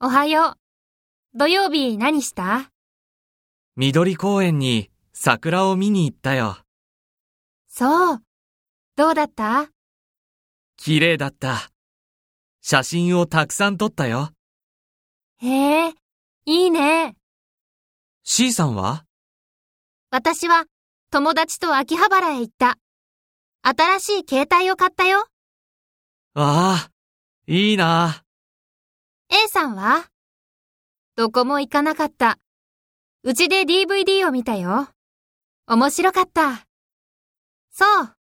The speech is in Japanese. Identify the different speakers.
Speaker 1: おはよう。土曜日何した
Speaker 2: 緑公園に桜を見に行ったよ。
Speaker 1: そう。どうだった
Speaker 2: 綺麗だった。写真をたくさん撮ったよ。
Speaker 1: へえ、いいね。
Speaker 2: C さんは
Speaker 1: 私は友達と秋葉原へ行った。新しい携帯を買ったよ。
Speaker 2: ああ、いいな。
Speaker 1: A さんはどこも行かなかった。うちで DVD を見たよ。面白かった。そう。